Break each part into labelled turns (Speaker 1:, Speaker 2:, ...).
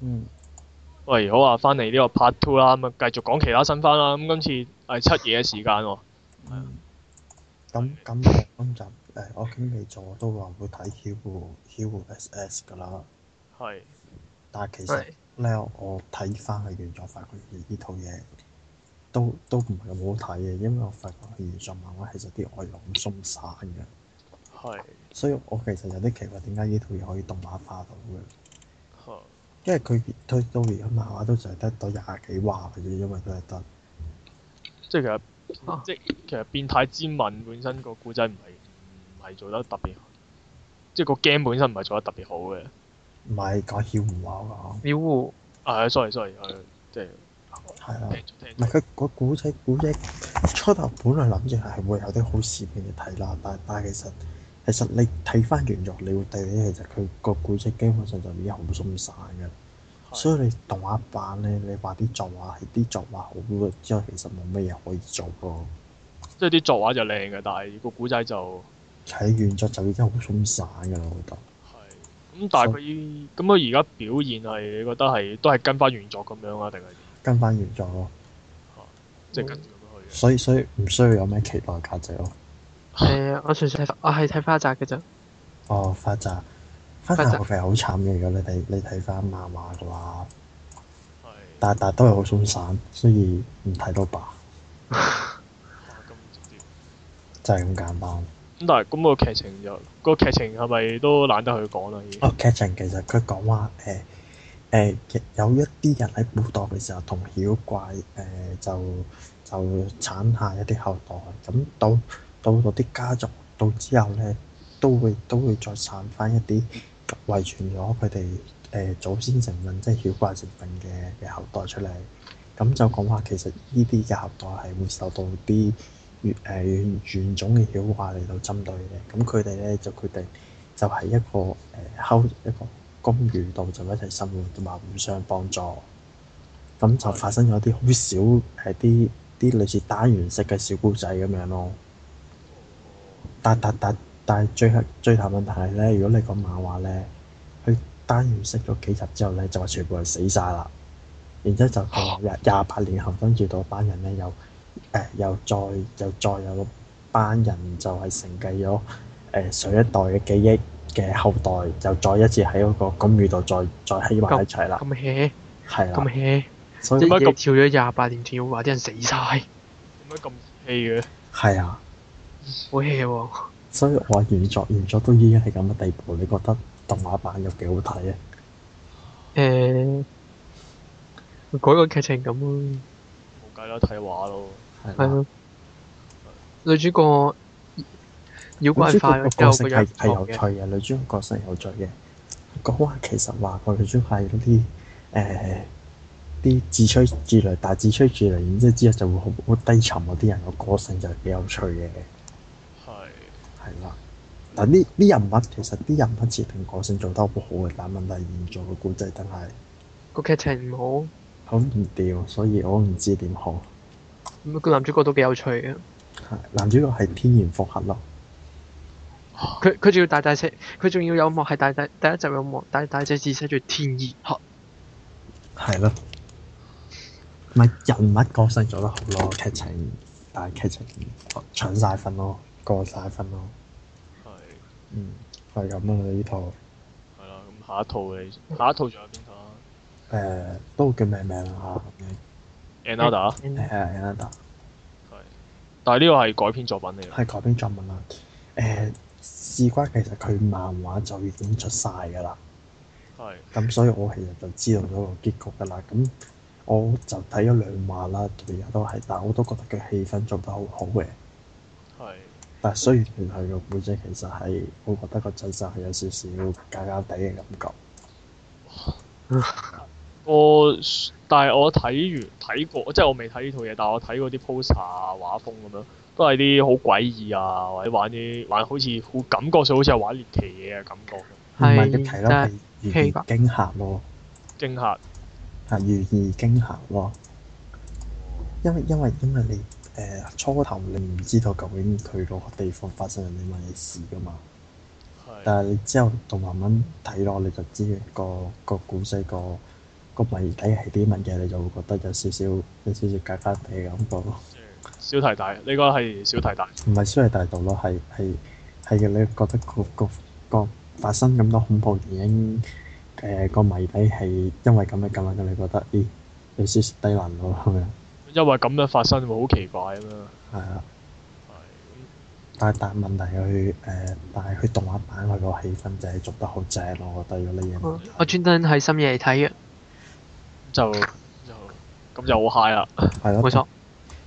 Speaker 1: 嗯，
Speaker 2: 喂，好啊，翻嚟呢個 part two 啦，咁啊繼續講其他新番啦。咁今次係七夜嘅時間喎，
Speaker 1: 咁咁我今集誒、我經理咗都話會睇 Hero Hero SS 噶啦，
Speaker 2: 係
Speaker 1: 但係其實咧我睇翻佢原作，發覺原來呢套嘢都都唔係好好睇嘅，因為我發覺佢原作漫畫其實啲外容好鬆散嘅，
Speaker 2: 係
Speaker 1: 所以我其實有啲奇怪點解呢套嘢可以動畫化到嘅，
Speaker 2: 嚇
Speaker 1: 因為佢佢到而家漫畫都就係得到廿幾話嘅啫，因為都係得。
Speaker 2: 即係其實、即其實變態之吻本身個故仔唔係唔係做得特別，即係個 game 本身唔係做得特別好嘅。
Speaker 1: 唔係講曉唔話我
Speaker 3: 妖狐
Speaker 2: 啊，sorry sorry，係即係
Speaker 1: 講，係啊啦
Speaker 2: 聽。咗聽
Speaker 1: 唔
Speaker 2: 咗
Speaker 1: 係佢個古仔古仔初頭本來諗住係會有啲好視片嘅睇啦，但但係其實其實你睇翻原作，你會睇到其實佢個古仔基本上就已經好鬆散嘅，所以你動畫版咧，你話啲作畫係啲作畫好咗之後，其實冇乜嘢可以做咯。
Speaker 2: 即係啲作畫就靚嘅，但係個古仔就
Speaker 1: 睇原作就已經好鬆散嘅啦，我覺得。
Speaker 2: 係咁，但係佢咁佢而家表現係你覺得係都係跟翻原作咁樣啊，定係
Speaker 1: 跟翻原作咯，
Speaker 2: 即係跟住咁樣去嘅？
Speaker 1: 所以所以唔需要有咩期待價值咯。
Speaker 3: 係啊，我純粹睇我係睇花澤嘅咋。
Speaker 1: 哦，花澤，花
Speaker 3: 花
Speaker 1: 澤
Speaker 3: 澤
Speaker 1: 其實好慘嘅，如果你睇你睇翻漫畫嘅話。
Speaker 2: 係
Speaker 1: 但但都係好鬆散，所以唔睇到吧，
Speaker 2: 哇咁直接。
Speaker 1: 就係咁簡單。
Speaker 2: 咁但係咁個劇情就個劇情係咪都懶得去講啦？已經
Speaker 1: 哦，劇情其實佢講話誒誒，其有一啲人喺古代嘅時候同妖怪誒、就就產下一啲後代，咁到到到啲家族到之後咧，都會都會再產翻一啲遺傳咗佢哋誒祖先成分，即係妖怪成分嘅嘅後代出嚟。咁就講話其實呢啲嘅後代係會受到啲原誒原原種嘅妖怪嚟到針對嘅，咁佢哋咧就決定。就係一個誒溝、一個公寓度就一齊生活，同埋互相幫助。咁就發生咗啲好少誒啲啲類似單元式嘅小故仔咁樣咯。但但但但係最後最大問題係咧，如果你講漫畫咧，佢單元式咗幾集之後咧，就話全部人死晒啦。然之後就到
Speaker 3: 哦
Speaker 1: 廿廿八年後，跟住到班人咧又誒、又再又再有班人就係承繼咗。誒、上一代嘅記憶嘅後代，就再一次喺嗰個公寓度再再希埋一齊啦
Speaker 3: 咁，hea，
Speaker 1: 係
Speaker 3: 咁
Speaker 1: 啦，
Speaker 3: hea，
Speaker 1: 所以
Speaker 3: 即
Speaker 2: 點
Speaker 3: 係
Speaker 2: 解咁
Speaker 3: 嘢跳咗廿八年跳，話啲人死晒，好
Speaker 2: 點解咁氣嘅？
Speaker 1: 係啊，
Speaker 3: hea 喎。
Speaker 1: 所以我話原作原作都已經係咁嘅地步，你覺得動畫版有幾好睇啊？
Speaker 3: 誒，改個劇情咁咯，
Speaker 2: 冇計啦，睇畫咯。
Speaker 3: 係
Speaker 1: 係啦啊
Speaker 3: 咯。女主角妖怪
Speaker 1: 女主角
Speaker 3: 化
Speaker 1: 個
Speaker 3: 咗之
Speaker 1: 角
Speaker 3: 後
Speaker 1: 色
Speaker 3: 個
Speaker 1: 係
Speaker 3: 樣
Speaker 1: 係有
Speaker 3: 唔
Speaker 1: 趣
Speaker 3: 同嘅，
Speaker 1: 嘅，女主角角色係有趣嘅。講話其實話個女主角係嗰啲誒啲自吹自擂，但係自吹自擂，然之後之後就會好好低沉嗰啲人個個性就係幾有趣嘅。
Speaker 2: 係
Speaker 1: 係啦。嗱，呢啲人物其實啲人物設定個性做得好好嘅，但問題現做嘅古仔真係
Speaker 3: 個劇情唔
Speaker 1: 好唔掂，所以我唔知點好。
Speaker 3: 好，咁個男主角都幾有趣嘅。
Speaker 1: 係男主角係天然複合咯，
Speaker 3: 佢佢仲要大大寫，佢仲要有幕係大大第一集有幕大大隻字寫住天熱黑，
Speaker 1: 係咯。咪人物個性做得好咯，劇情但係劇情搶晒分咯，過晒分咯。
Speaker 2: 係
Speaker 1: 嗯，係咁啊，呢套誒、
Speaker 2: 係啦。咁下一套你下一套仲有邊套啊
Speaker 1: 都叫咩名啊？
Speaker 2: ？Another 啊
Speaker 1: 誒啊 a n a
Speaker 2: 係，但係呢個係改編作品嚟嘅。
Speaker 1: 係改編作文啦。誒、事關其實佢漫畫就已經出晒㗎啦。
Speaker 2: 係
Speaker 1: 咁所以我其實就知道咗個結局㗎啦。咁我就睇咗兩話啦，到而家都係，但我都覺得佢氣氛做得好好嘅。
Speaker 2: 係
Speaker 1: 但係雖然佢個故仔其實係，我覺得個真實係有少少假假地嘅感覺。
Speaker 2: 我但係我睇完睇過，即係我未睇呢套嘢，但係我睇過啲 poster 啊畫風咁樣，都係啲好詭異啊，或者玩啲玩好似好感覺上好似係玩獵奇嘢嘅感覺嘅，
Speaker 1: 唔係
Speaker 3: 係
Speaker 1: 一睇
Speaker 3: 真
Speaker 1: 咯，係
Speaker 3: 係
Speaker 1: 寓意驚嚇咯，
Speaker 2: 驚嚇。
Speaker 1: 係寓意驚嚇咯。因為因為因為你誒、初頭你唔知道究竟佢嗰個地方發生緊啲乜嘢事㗎嘛。
Speaker 2: 係啊
Speaker 1: 但係你之後到慢慢睇落，你就知個個古仔個個謎底係啲乜嘢，你就會覺得有少少有少少解翻地嘅感覺咯。
Speaker 2: 小題大，你覺得係小題大？
Speaker 1: 唔係消費大道咯，係係係嘅。你覺得個個個發生咁多恐怖電影，誒、個謎底係因為咁樣咁樣，咁你覺得咦有少少低能咯咁樣，
Speaker 2: 因為咁樣發生會好奇怪咁樣。
Speaker 1: 係啊。但係但問題佢誒、但係佢動畫版佢個氣氛就係做得好正咯，我覺得如果呢
Speaker 3: 我
Speaker 1: 樣
Speaker 3: 我專登喺深夜嚟睇嘅，
Speaker 2: 就就咁就好 high 啦。
Speaker 1: 係咯，
Speaker 3: 冇錯。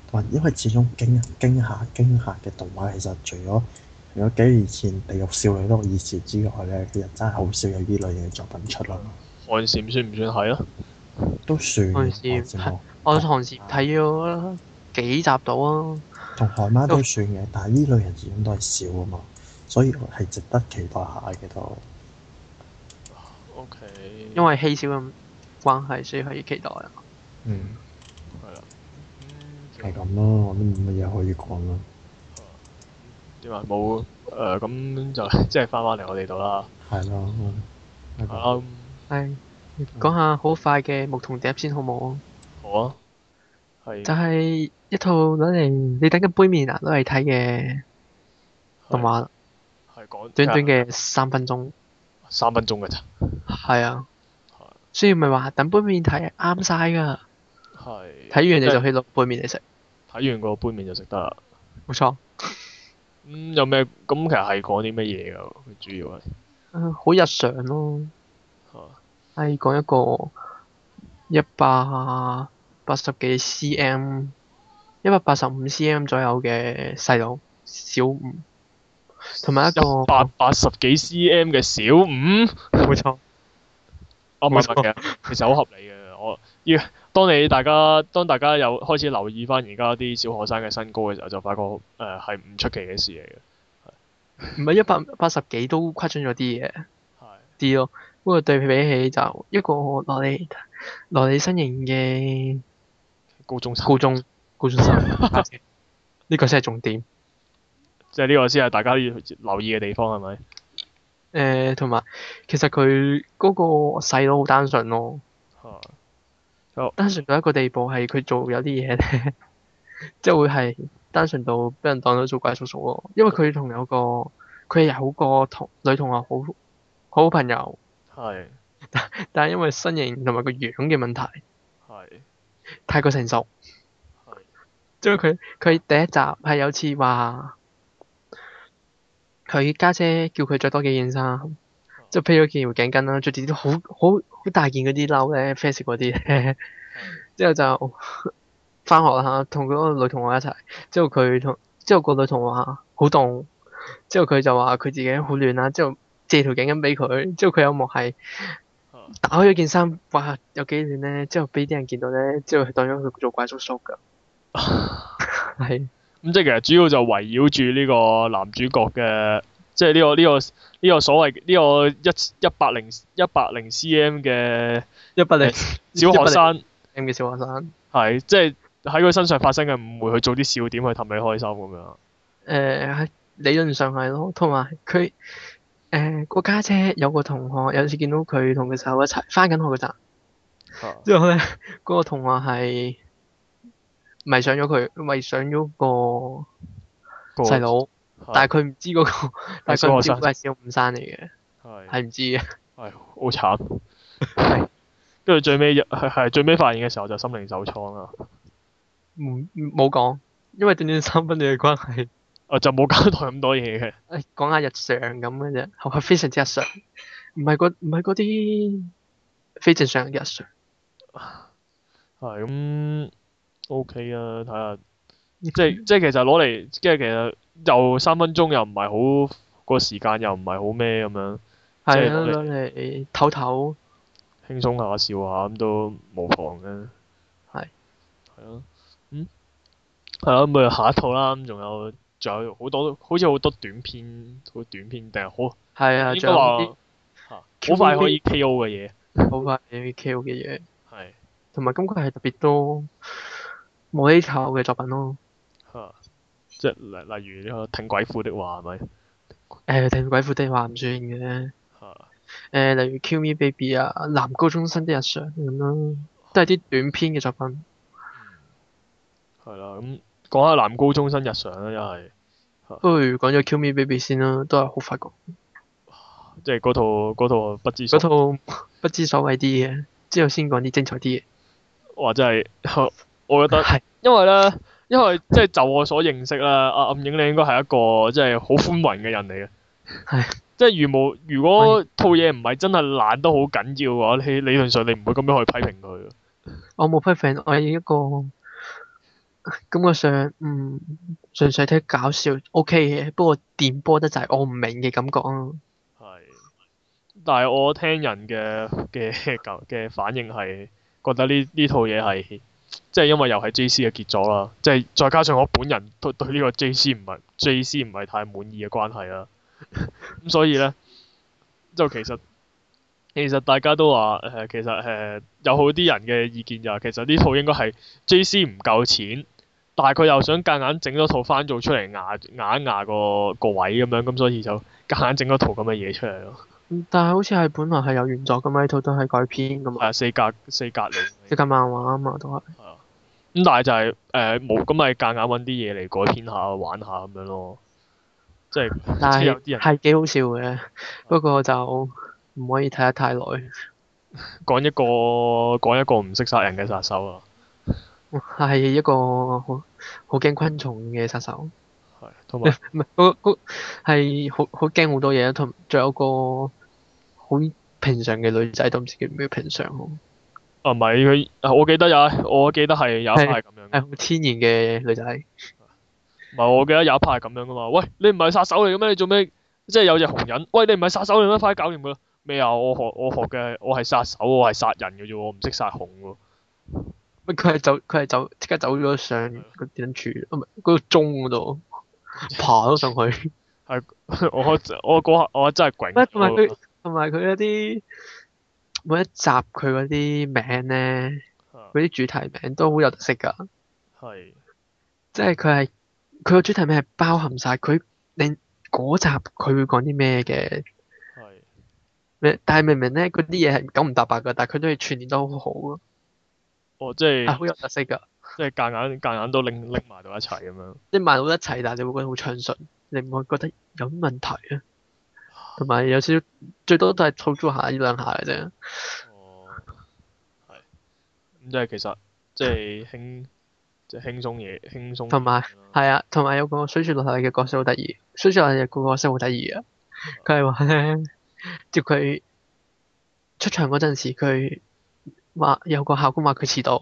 Speaker 1: 同埋因為始終驚驚嚇驚嚇嘅動畫其實除咗除咗幾年前《地獄少女》都以前之外咧，其實真係好少有呢類型嘅作品出啦，
Speaker 2: 寒蟬算唔算係啊？
Speaker 1: 都算
Speaker 3: 我知
Speaker 1: 節目
Speaker 3: 我同時睇咗幾集到啊，
Speaker 1: 同海媽都算嘅，但係呢類人始終都係少啊嘛，所以係值得期待下嘅都。
Speaker 2: O K，
Speaker 3: 因為稀少嘅關係，所以可以期待啊。
Speaker 1: 嗯，
Speaker 2: 係啦，嗯
Speaker 1: 係咁咯，我都冇乜嘢可以講啦。
Speaker 2: 點啊冇誒咁就 即係翻返嚟我哋度啦。
Speaker 1: 係咯，嗯
Speaker 2: 係啦，
Speaker 3: 係講下好快嘅牧童碟先好冇？
Speaker 2: 好啊，係
Speaker 3: 就係一套攞嚟你等緊杯麵啊攞嚟睇嘅動畫，
Speaker 2: 係講
Speaker 3: 短短嘅三分鐘，
Speaker 2: 三分鐘嘅咋，
Speaker 3: 係啊。所以咪話等杯麵睇係啱晒㗎，
Speaker 2: 係
Speaker 3: 睇完你就
Speaker 2: 即係
Speaker 3: 去攞杯麵嚟食，
Speaker 2: 睇完個杯麵就食得啦。
Speaker 3: 冇錯。
Speaker 2: 咁有咩？咁其實係講啲乜嘢㗎？佢主要係
Speaker 3: 啊好日常咯。
Speaker 2: 嚇
Speaker 3: 係講一個一百八十幾 cm、一百八十五 cm 左右嘅細佬小五，同埋一個
Speaker 2: 一百八十幾 cm 嘅小五。
Speaker 3: 冇錯，
Speaker 2: 啊，唔係
Speaker 3: 冇
Speaker 2: 唔係，其實其實好合理嘅。我要當你大家當大家有開始留意翻而家啲小學生嘅身高嘅時候，就發覺誒係唔出奇嘅事嚟嘅。
Speaker 3: 唔係一百八十幾都誇張咗啲嘅
Speaker 2: 係
Speaker 3: 啲咯。不過對比起就一個落你落你身形嘅
Speaker 2: 高中生，
Speaker 3: 高中高中生， 呢個先係重點。
Speaker 2: 即係呢個先係大家要留意嘅地方係咪？
Speaker 3: 誒同埋其實佢嗰個細佬好單純咯。
Speaker 2: 嚇
Speaker 3: 單純到一個地步係佢做有啲嘢咧， 即係會係單純到俾人當咗做怪叔叔咯。因為佢同有個佢有個同女同學好好朋友，
Speaker 2: 係
Speaker 3: 但係因為身形同埋個樣嘅問題
Speaker 2: 係
Speaker 3: 太過成熟，
Speaker 2: 係
Speaker 3: 因為佢佢第一集係有次話佢家姐叫佢着多幾件衫，即係披咗件條頸巾啦，着住啲好好好大件嗰啲褸咧，啡色嗰啲咧。之後就翻學啦，同嗰個女同學一齊。之後佢同之後個女同學話好凍，之後佢就話佢自己好暖啦。之後借條頸巾俾佢，之後佢有幕
Speaker 2: 係
Speaker 3: 係打開咗件衫，哇有幾暖咧。之後俾啲人見到咧，之後佢當咗佢做怪叔叔㗎。
Speaker 2: 啊
Speaker 3: 係
Speaker 2: 咁即係其實主要就圍繞住呢個男主角嘅，即係呢個呢個呢個所謂呢個一一百零一百零 cm 嘅
Speaker 3: 一百零
Speaker 2: 小學生。
Speaker 3: M 嘅小學生。
Speaker 2: 係，即係喺佢身上發生嘅誤會，去做啲笑點去氹你開心咁樣。
Speaker 3: 誒、係理論上係咯，同埋佢誒個家姐有個同學有次見到佢同佢細佬一齊翻緊學嗰陣。之後咧，嗰、個同學係迷上咗佢，迷上咗個
Speaker 2: 個
Speaker 3: 細佬，但
Speaker 2: 係
Speaker 3: 係佢唔知嗰、個，但係佢唔知
Speaker 2: 小學生
Speaker 3: 嗰個係小五生嚟嘅，
Speaker 2: 係
Speaker 3: 係唔知嘅。
Speaker 2: 係好慘。
Speaker 3: 係
Speaker 2: 跟住最尾一係係最尾發現嘅時候就心靈受創啊啦。
Speaker 3: 唔冇講，因為短短三分鐘嘅關係，
Speaker 2: 啊就冇交代咁多嘢嘅。
Speaker 3: 誒講下日常咁嘅啫，係非常之日常，唔係嗰唔係嗰啲非正常嘅日常。
Speaker 2: 係咁 OK 啊，睇下即
Speaker 3: 嗯
Speaker 2: 係即係其實攞嚟，即係其實又三分鐘又唔係好個時間又唔係好咩咁樣，
Speaker 3: 係
Speaker 2: 即係
Speaker 3: 啊，攞嚟唞唞，
Speaker 2: 輕鬆下笑下咁都無妨嘅。
Speaker 3: 係
Speaker 2: 係咯，嗯，係啦，咁啊下一套啦，咁仲有仲有好多，好似好多短片，好短片定係好
Speaker 3: 係啊，
Speaker 2: 應
Speaker 3: 仲
Speaker 2: 該
Speaker 3: 有
Speaker 2: 話
Speaker 3: 啲
Speaker 2: 嚇好快可以 K.O. 嘅嘢，
Speaker 3: 好快要 K.O. 嘅嘢。
Speaker 2: 係
Speaker 3: 同埋今季係特別多冇厘頭嘅作品咯。
Speaker 2: 嚇，即係例例如呢個挺鬼父的話係咪
Speaker 3: 誒、呃，定鬼父地話唔算嘅，
Speaker 2: 嚇？
Speaker 3: 誒，例如《Kill Me Baby》啊，《男高中生的日常》咁啦，都係啲短篇嘅作品。
Speaker 2: 係啦，咁講下男高中生日常啦，因為
Speaker 3: 不如講咗《Kill Me Baby》先啦，都係好發覺
Speaker 2: 即係嗰套嗰套不知所
Speaker 3: 嗰套不知所謂啲嘅，之後先講啲精彩啲嘅。
Speaker 2: 哇！真係， 我覺得
Speaker 3: 係
Speaker 2: 因為咧，因為即係就我所認識啦，阿暗影你應該係一個即係好寬宏嘅人嚟嘅。
Speaker 3: 係
Speaker 2: 即 係如無如果套嘢唔係真係爛得好緊要嘅話，你理論上你唔會咁樣去批評佢嘅。
Speaker 3: 我冇批評，我係一個感覺上嗯純粹睇搞笑 OK 嘅，不過電波得滯，我唔明嘅感覺啊。
Speaker 2: 係，但係我聽人嘅嘅嘅嘅反應係覺得呢呢套嘢係即係因為又係 J.C. 嘅傑作啦，即係再加上我本人對對呢個 J.C. 唔係 J.C. 唔係太滿意嘅關係啦， 咁所以呢，就其實其實大家都話誒、呃其實誒、呃有好啲人嘅意見就係其實呢套應該係 J.C. 唔夠錢。但係佢又想夾硬整咗套翻做出嚟牙牙一牙個個位咁樣，咁所以就夾硬整咗套咁嘅嘢出嚟咯。
Speaker 3: 嗯但係好似係本來係有原作噶嘛，呢套都係改編噶
Speaker 2: 係
Speaker 3: 嘛，
Speaker 2: 啊，四格四格嚟。
Speaker 3: 即係漫畫啊嘛，都係。
Speaker 2: 咁但係就係誒冇咁咪夾硬揾啲嘢嚟改編下玩下咁樣咯。即係
Speaker 3: 但
Speaker 2: 即係有
Speaker 3: 係
Speaker 2: 啲人
Speaker 3: 係幾好笑嘅，不過就唔可以睇得太耐。
Speaker 2: 講一個講一個唔識殺人嘅殺手啊，
Speaker 3: 係一個好好驚昆蟲嘅殺手，
Speaker 2: 係同
Speaker 3: 唔
Speaker 2: 埋
Speaker 3: 係唔係嗰嗰係好好驚好多嘢，同仲有個好平常嘅女仔，都唔知叫咩平常好，
Speaker 2: 啊唔係佢啊，我記得有一我記得係有一 part 係咁樣嘅
Speaker 3: 係好天然嘅女仔。
Speaker 2: 唔係，我記得有一 part 係咁樣噶嘛。喂，你唔係殺手嚟嘅咩？你做咩？即係有隻紅人。喂，你唔係殺手嚟咩？快啲搞掂佢啦！咩啊？我學我學嘅，我係殺手，我係殺人嘅啫喎，我唔識殺紅喎。
Speaker 3: 喂佢係走，佢係走，即刻走咗上個電柱，唔係嗰個鐘嗰度，爬咗上去。
Speaker 2: 我我嗰下我真係囧
Speaker 3: 喂，同埋
Speaker 2: 咗
Speaker 3: 佢，同埋佢一啲每一集佢嗰啲名咧，
Speaker 2: 啊。
Speaker 3: 嗰啲主題名都好有特色㗎。
Speaker 2: 係
Speaker 3: 即係佢係佢個主題名係包含晒佢你嗰集佢會講啲咩嘅
Speaker 2: 係
Speaker 3: 咩，但係明明咧嗰啲嘢係九唔搭八㗎，但係佢都係串聯得好好咯，
Speaker 2: 我哦即
Speaker 3: 係
Speaker 2: 係
Speaker 3: 好有特色㗎。
Speaker 2: 即係夾硬夾硬都拎拎埋到一齊咁樣。
Speaker 3: 你賣到一齊，但係你會覺得好暢順，你唔會覺得有問題啊。同埋有少少最多都係操作下呢兩下嘅啫。
Speaker 2: 哦，係咁即係其實即係輕即係輕鬆嘢，輕鬆
Speaker 3: 同埋
Speaker 2: 嘢啦
Speaker 3: 係啊，同埋有個水柱落嚟嘅角色好得意，水柱落嚟嘅個角色好得意啊！佢係話咧， 接佢出場嗰陣時，佢話有個校工話佢遲到，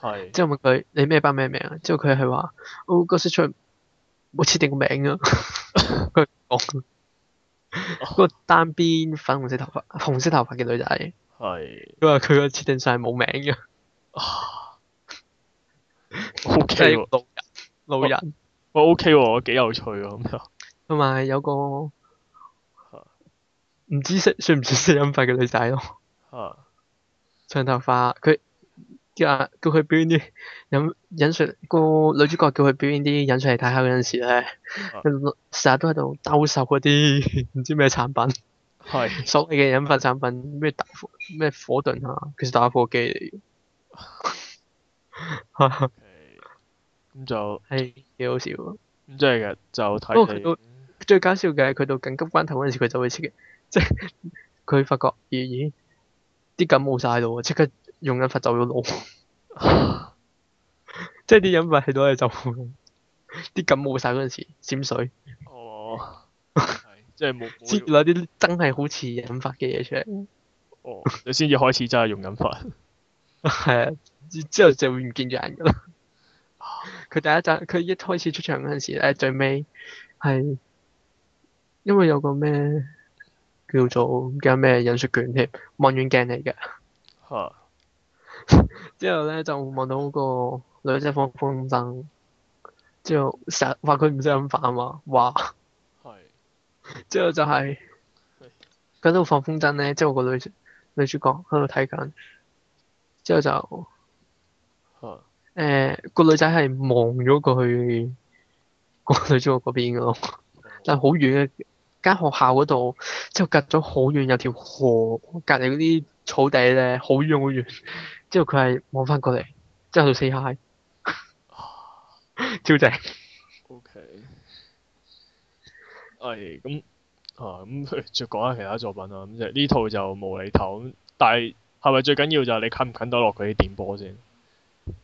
Speaker 2: 係
Speaker 3: 之後問佢你咩班咩名啊？之後佢係話我角色出冇設定個名 啊，佢講嗰個單邊粉紅色頭髮、紅色頭髮嘅女仔，佢
Speaker 2: 係
Speaker 3: 話佢個設定上係冇名嘅，
Speaker 2: O
Speaker 3: 即
Speaker 2: K 喎，
Speaker 3: 係路人路人，
Speaker 2: 我 O K 喎，幾有趣喎咁樣。
Speaker 3: 同埋有個唔知識算唔算識音法嘅女仔咯。
Speaker 2: 啊
Speaker 3: 長頭髮，佢叫叫佢表演啲飲飲水，個女主角叫佢表演啲飲水嚟睇下嗰陣時咧，成日都喺度兜售嗰啲 唔知咩產品，
Speaker 2: 係。
Speaker 3: 所謂嘅飲品產品咩打火咩火遁啊，其實打火機嚟嘅，
Speaker 2: 咁就
Speaker 3: 係幾好笑。啊
Speaker 2: 咁即係嘅，就睇
Speaker 3: 不過佢
Speaker 2: 你
Speaker 3: 到最搞笑嘅係佢到緊急關頭嗰陣時，佢就會即 即係佢發覺咦咦啲感冇晒咯喎，即刻用緊佛走咗腦。 即係啲飲品係攞嚟就 啲感冒晒嗰陣時閃水，
Speaker 2: 哦，係即係冇
Speaker 3: 先
Speaker 2: 冇
Speaker 3: 攞啲真係好似飲法嘅嘢出嚟，
Speaker 2: 哦，你先至開始真係用緊法，
Speaker 3: 係啊，之之後就會唔見咗人噶啦。 佢第一集佢一開始出場嗰陣時咧，最尾係因為有個咩叫做唔記得咩引述卷添，望遠鏡嚟嘅。
Speaker 2: 嚇
Speaker 3: 之後咧就望到個女仔放風箏，之後成日話佢唔識飲法啊嘛，話。
Speaker 2: 係
Speaker 3: 之後就係佢喺度放風箏咧，之後個女女主角喺度睇緊，之後就誒、
Speaker 2: 嚇
Speaker 3: 呃、個女仔係 望咗過去個女主角嗰邊嘅咯，但係好遠嘅，啊間學校嗰度，之後隔咗好遠有條河，隔離嗰啲草地咧，好遠好遠。之後佢係望翻過嚟，之後就 say hi，超正。
Speaker 2: O K，係哎咁啊，咁 不如再講下其他作品啦。咁就呢套就無厘頭咁，但係係咪最緊要就係你近唔近得落佢啲電波先？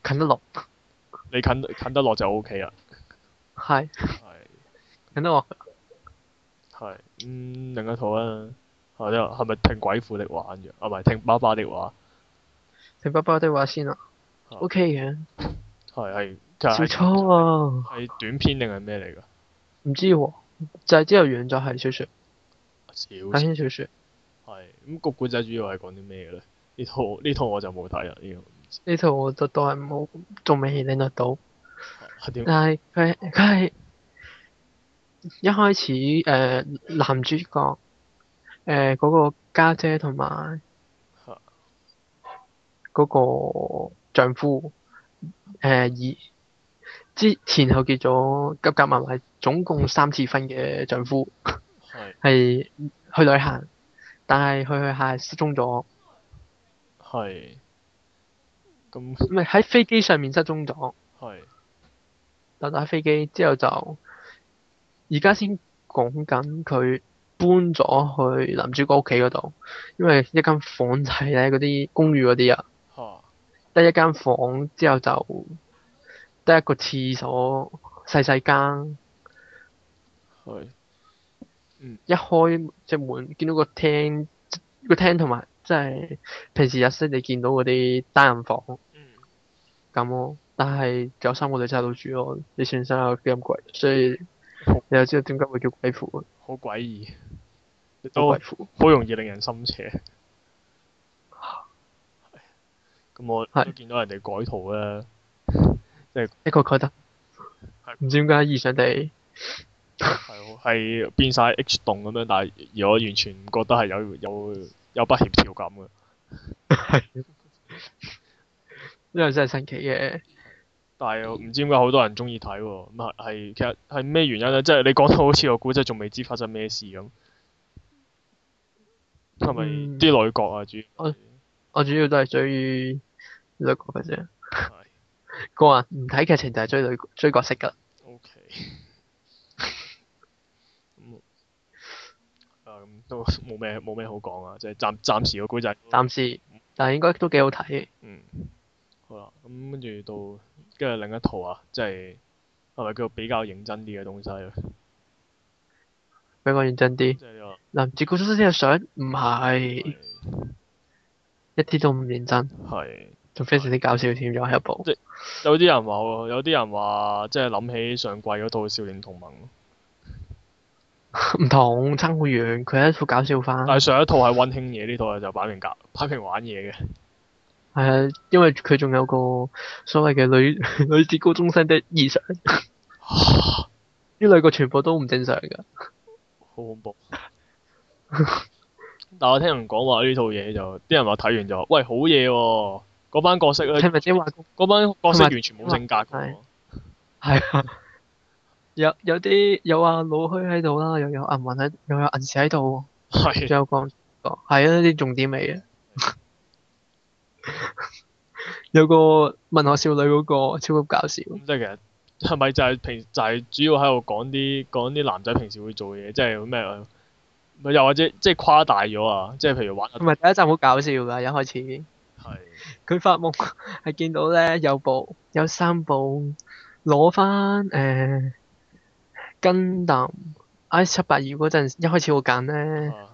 Speaker 3: 近得落，
Speaker 2: 你近近得落就 O K 啦。
Speaker 3: 係
Speaker 2: 係
Speaker 3: 近得落。
Speaker 2: 係，嗯，另一套啦，係啊，係咪聽鬼父的話咁樣？啊，唔係聽爸爸的話，
Speaker 3: 停包包的話先啦
Speaker 2: 啊
Speaker 3: ，OK 嘅，
Speaker 2: 係係，就
Speaker 3: 小
Speaker 2: 係
Speaker 3: 初啊，
Speaker 2: 係短篇定係咩嚟㗎？
Speaker 3: 唔知喎，就係之後完咗係小説，
Speaker 2: 少
Speaker 3: 短篇小説
Speaker 2: 係咁個故仔主要係講啲咩嘅咧？呢套呢套我就冇睇啦，呢個
Speaker 3: 呢套我就當係冇，仲未領略到，
Speaker 2: 係點？
Speaker 3: 但係佢佢係一開始誒、呃男主角誒嗰、個家姐同埋
Speaker 2: 嚇
Speaker 3: 嗰個丈夫誒以、之前後結咗夾夾埋埋總共三次婚嘅丈夫。
Speaker 2: 係
Speaker 3: 係去旅行，但係去去下失蹤咗，
Speaker 2: 係咁
Speaker 3: 唔係喺飛機上面失蹤咗，
Speaker 2: 係
Speaker 3: 搭搭飛機之後就而家先講緊佢搬咗去男主角屋企嗰度，因為一間房仔咧嗰啲公寓嗰啲啊，
Speaker 2: 嚇
Speaker 3: 得一間房之後就得一個廁所細細間，
Speaker 2: 係
Speaker 3: 一開隻門見到個廳個廳同埋即係平時日式你見到嗰啲單人房。
Speaker 2: 嗯
Speaker 3: 咁咯。但係有三個女仔喺度住咯，你算生有幾咁貴，所以你就知道點解會叫鬼父，啊
Speaker 2: 好詭異，亦
Speaker 3: 叫
Speaker 2: 都
Speaker 3: 鬼父。
Speaker 2: 好容易令人心邪。咁我
Speaker 3: 係
Speaker 2: 都見到人哋改圖咧，
Speaker 3: 的確覺得
Speaker 2: 係
Speaker 3: 唔知點解異想地
Speaker 2: 係好係變晒 H 動咁樣，但係而我完全唔覺得係有有有不協調感嘅。
Speaker 3: 呢個真係神奇嘅。
Speaker 2: 但係又唔知點解好多人中意睇喎，咁係係其實係咩原因咧？即係你講到好似個古仔仲未知發生咩事咁，係咪
Speaker 3: 嗯
Speaker 2: 啲女角啊主要
Speaker 3: 我？我主要都係追女角嘅啫。
Speaker 2: 係
Speaker 3: 個人唔睇劇情就係追女追角色㗎。
Speaker 2: OK，咁啊咁都冇咩冇咩好講啊，即係暫暫時個古仔都
Speaker 3: 暫時，但係應該都幾好睇嘅。
Speaker 2: 嗯好啦，咁跟住到跟住另一套啊，即係係咪叫比較認真啲嘅東西咧？
Speaker 3: 比較認真啲。
Speaker 2: 即係呢
Speaker 3: 男主角出先嘅相唔
Speaker 2: 個
Speaker 3: 係一啲都唔認真，
Speaker 2: 係。
Speaker 3: 仲非常之搞笑添，又係一部。
Speaker 2: 有啲人話喎，有啲人話即係諗起上季嗰套《少年同盟》，
Speaker 3: 唔同，爭好遠。佢係一套搞笑番。
Speaker 2: 但係上一套係温馨嘢，呢套就擺明夾擺明玩嘢嘅。
Speaker 3: 係啊，因為佢仲有個所謂嘅女 女子高中生的 異常，呢兩個全部都唔正常噶。
Speaker 2: 好恐怖。但我聽人講話呢套嘢就，啲人話睇完就話，喂好嘢喎、嗰班角色咧，
Speaker 3: 聽咪先話
Speaker 2: 嗰班角色完全冇性格嘅喎
Speaker 3: 係。係啊，有有啲有啊老虛喺度啦，又有銀魂喺，又有銀時喺度，仲
Speaker 2: 係
Speaker 3: 有講講係啊啲重點嚟嘅。 有個文學少女嗰、個超級搞笑，
Speaker 2: 咁即係其實係咪就係平就係主要喺度講啲講啲男仔平時會做嘅嘢，即係咩啊？又或者即係誇大咗啊！即係譬如玩下
Speaker 3: 同埋第一集好搞笑㗎，一開始。
Speaker 2: 係
Speaker 3: 佢發夢係見到咧有部有三部攞翻誒跟啖 I 七八二嗰陣，一開始好揀咧，
Speaker 2: 啊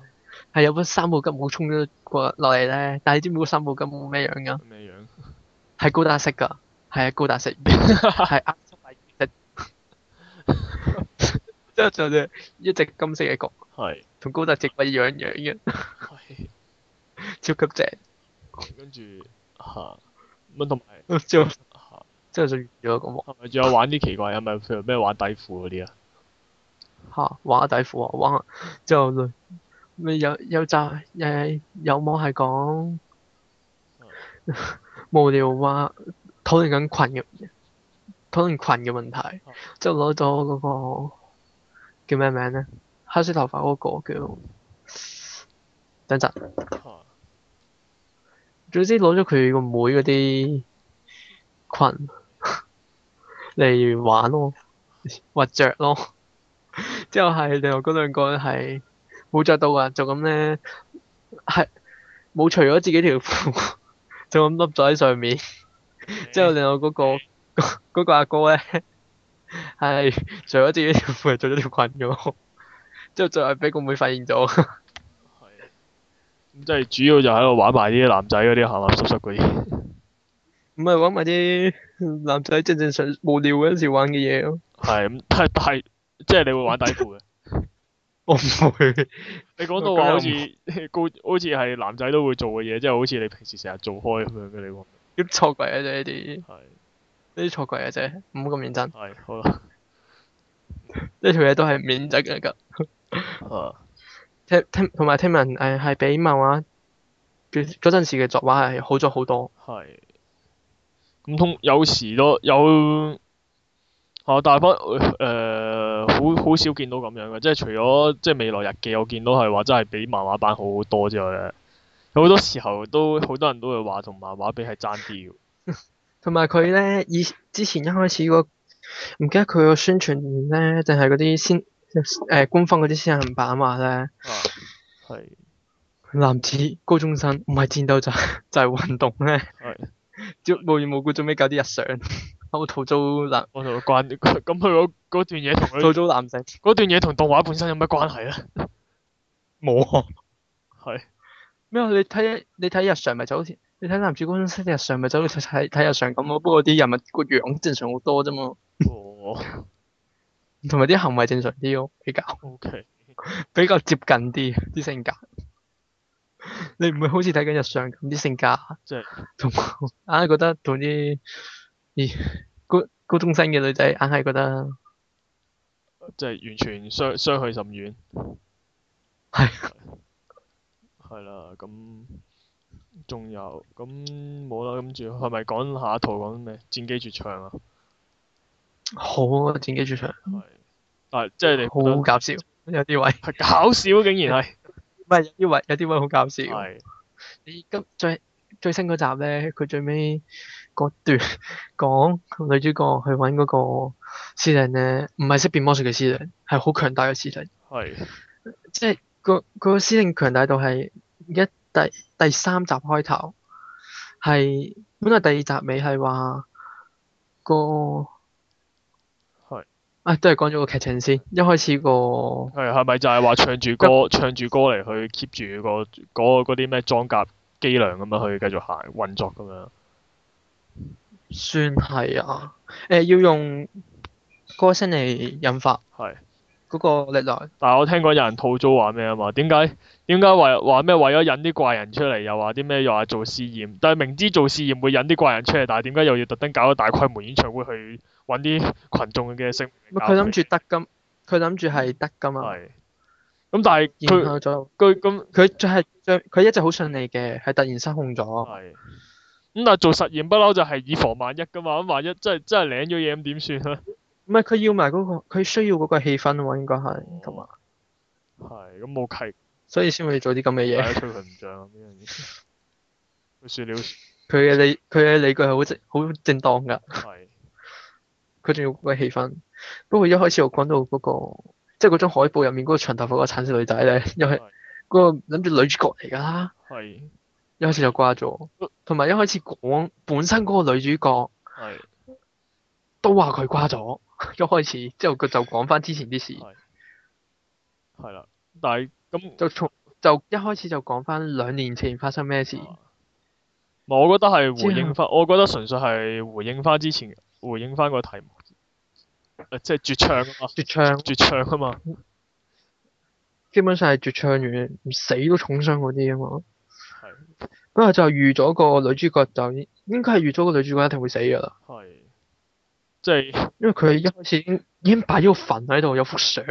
Speaker 3: 係有部三部吉姆衝咗過落嚟咧，但係你知唔知嗰三部吉姆咩樣噶？
Speaker 2: 咩樣？
Speaker 3: 係高達式噶，係啊高達式，係 I 七八 二隻，之後就隻一隻金色嘅角，
Speaker 2: 係
Speaker 3: 同高達隻鬼一樣樣嘅，
Speaker 2: 係。
Speaker 3: 超級正。
Speaker 2: 跟住嚇咁同埋
Speaker 3: 之後
Speaker 2: 嚇
Speaker 3: 之後就完咗個夢
Speaker 2: 係咪仲有玩啲奇怪？係咪譬如咩玩底褲嗰啲啊？
Speaker 3: 嚇玩下底褲啊，玩下之後類咪有有集誒有網係講無聊話討論緊群嘅討論群嘅問題，之後攞咗嗰個叫咩名咧？黑色頭髮嗰、個叫等陣。
Speaker 2: 啊
Speaker 3: 總之攞咗佢個妹嗰啲裙 嚟玩咯，或着咯。 之後係另外嗰兩個係冇着到啊，就咁咧係冇除咗自己條褲， 就咁笠咗喺上面。之後另外嗰、個 嗰、個阿哥咧 係除咗自己條褲，係着咗條裙嘅喎。 之後就係俾個妹發現咗，
Speaker 2: 係咁即係主要就喺度玩埋啲男仔嗰啲鹹鹹濕濕嗰啲。
Speaker 3: 唔係玩埋啲男仔正正常無聊嗰陣時玩嘅嘢咯。
Speaker 2: 係咁， 但係但係即係你會玩底褲嘅。
Speaker 3: 我唔會。
Speaker 2: 你講到話好似高，好似係男仔都會做嘅嘢，即係好似你平時成日做開咁樣嘅你話。
Speaker 3: 啲錯櫃啊嘅啫，呢啲
Speaker 2: 係
Speaker 3: 呢啲錯櫃嘅啫，唔好咁認真。
Speaker 2: 係好啦。
Speaker 3: 呢條嘢都係唔認真嘅㗎。
Speaker 2: 啊
Speaker 3: 聽聽同埋聽聞誒係比漫畫嗰嗰陣時嘅作畫係好咗好多。
Speaker 2: 係。咁通有時都有。啊！但係不誒、好好少見到咁樣嘅，即係除咗即係未來日記，我見到係話真係比漫畫版好好多之外咧，有好多時候都好多人都會話同漫畫比係爭啲嘅。
Speaker 3: 同埋佢咧，以之前一開始個唔記得佢個宣傳咧，定係嗰啲先誒、官方嗰啲先行版話咧，
Speaker 2: 啊，係
Speaker 3: 男子高中生唔係戰鬥就係就係運動咧，
Speaker 2: 係。
Speaker 3: 即無緣無故做咩搞啲日常， 我吐槽男
Speaker 2: 我同佢關 咁佢嗰嗰段嘢同
Speaker 3: 吐
Speaker 2: 佢
Speaker 3: 槽男性
Speaker 2: 嗰段嘢同動畫本身有乜關係咧？
Speaker 3: 冇啊。
Speaker 2: 係
Speaker 3: 咩啊？你睇你睇日常咪就好似你睇男主角識日常咪就好似睇睇日常咁咯。不過啲人物個樣正常好多啫嘛，
Speaker 2: 哦
Speaker 3: 同埋啲行為正常啲咯，比較
Speaker 2: ，OK，
Speaker 3: 比較接近啲啲性格。你唔會好似睇緊日常咁啲性格，
Speaker 2: 即係
Speaker 3: 同硬係覺得同啲咦高高中生嘅女仔硬係覺得
Speaker 2: 即係完全相相去甚遠。
Speaker 3: 係
Speaker 2: 係啦，咁仲有咁冇啦，跟住係咪講下一套講咩？戰機絕唱啊，
Speaker 3: 好啊戰機主場，
Speaker 2: 係，但係即係你覺得
Speaker 3: 好搞笑，有啲位
Speaker 2: 係搞笑，竟然係
Speaker 3: 唔係有啲位有啲位好搞笑。
Speaker 2: 係
Speaker 3: 你今最最新嗰集咧，佢最尾嗰段 講女主角去揾嗰個司令咧，唔係識變魔術嘅司令，係好強大嘅司令。
Speaker 2: 係
Speaker 3: 即係個佢個司令強大到係一第第三集開頭係本來第二集尾係話個
Speaker 2: 係
Speaker 3: 啊，都係講咗個劇情先。一開始個
Speaker 2: 係係咪就係話唱住歌唱住歌嚟去 keep 住個嗰嗰啲咩裝甲機量咁樣去繼續行運作咁樣？
Speaker 3: 算係啊，誒、要用歌聲嚟引發
Speaker 2: 係。
Speaker 3: 嗰個力量。
Speaker 2: 但係我聽講有人吐槽話咩啊嘛？點解點解為話咩為咗引啲怪人出嚟，又話啲咩又話做試驗？但係明知做試驗會引啲怪人出嚟，但係點解又要特登搞個大規模演唱會去揾啲群眾嘅性？
Speaker 3: 唔係佢諗住得噶，佢諗住係得啊噶嘛。
Speaker 2: 嗯係。咁但係
Speaker 3: 然
Speaker 2: 佢
Speaker 3: 後就
Speaker 2: 佢咁
Speaker 3: 佢就係將佢一直好順利嘅，係突然失控咗。
Speaker 2: 係。咁但係做實驗不嬲就係以防萬一㗎嘛，咁萬一真係真係領咗嘢咁點算啊咧？
Speaker 3: 唔係佢要埋嗰、個，佢需要嗰個氣氛喎，應該
Speaker 2: 嗯
Speaker 3: 係同埋，
Speaker 2: 係咁冇契，
Speaker 3: 所以先會做啲咁嘅
Speaker 2: 大
Speaker 3: 嘢。
Speaker 2: 家吹佢唔漲呢樣嘢。佢説了
Speaker 3: 佢嘅理佢嘅理據係好正好正當㗎，
Speaker 2: 係
Speaker 3: 佢仲要嗰個氣氛。不過一開始我講到嗰、個，即係嗰張海報入面嗰個長頭髮嗰個橙色女仔咧，又係
Speaker 2: 係
Speaker 3: 嗰個諗住女主角嚟㗎啦，
Speaker 2: 係
Speaker 3: 一開始就掛咗。同埋一開始講本身嗰個女主角
Speaker 2: 係
Speaker 3: 都話佢掛咗， 一開始之後佢就講翻之前啲
Speaker 2: 啊
Speaker 3: 事。
Speaker 2: 係啦，但係咁。
Speaker 3: 就從就一開始就講翻兩年前發生咩事，
Speaker 2: 啊我覺得係回應
Speaker 3: 之
Speaker 2: 翻，我覺得純粹係回應翻之前，回應翻個題目，誒即係絕唱啊嘛，
Speaker 3: 絕唱
Speaker 2: 絕唱啊嘛，
Speaker 3: 基本上係絕唱完唔死都重傷嗰啲啊嘛。
Speaker 2: 係
Speaker 3: 不過就預咗個女主角就應應該係預咗個女主角一定會死㗎啦，
Speaker 2: 係，即係
Speaker 3: 因為佢一開始已經已經擺咗個墳喺度，有幅相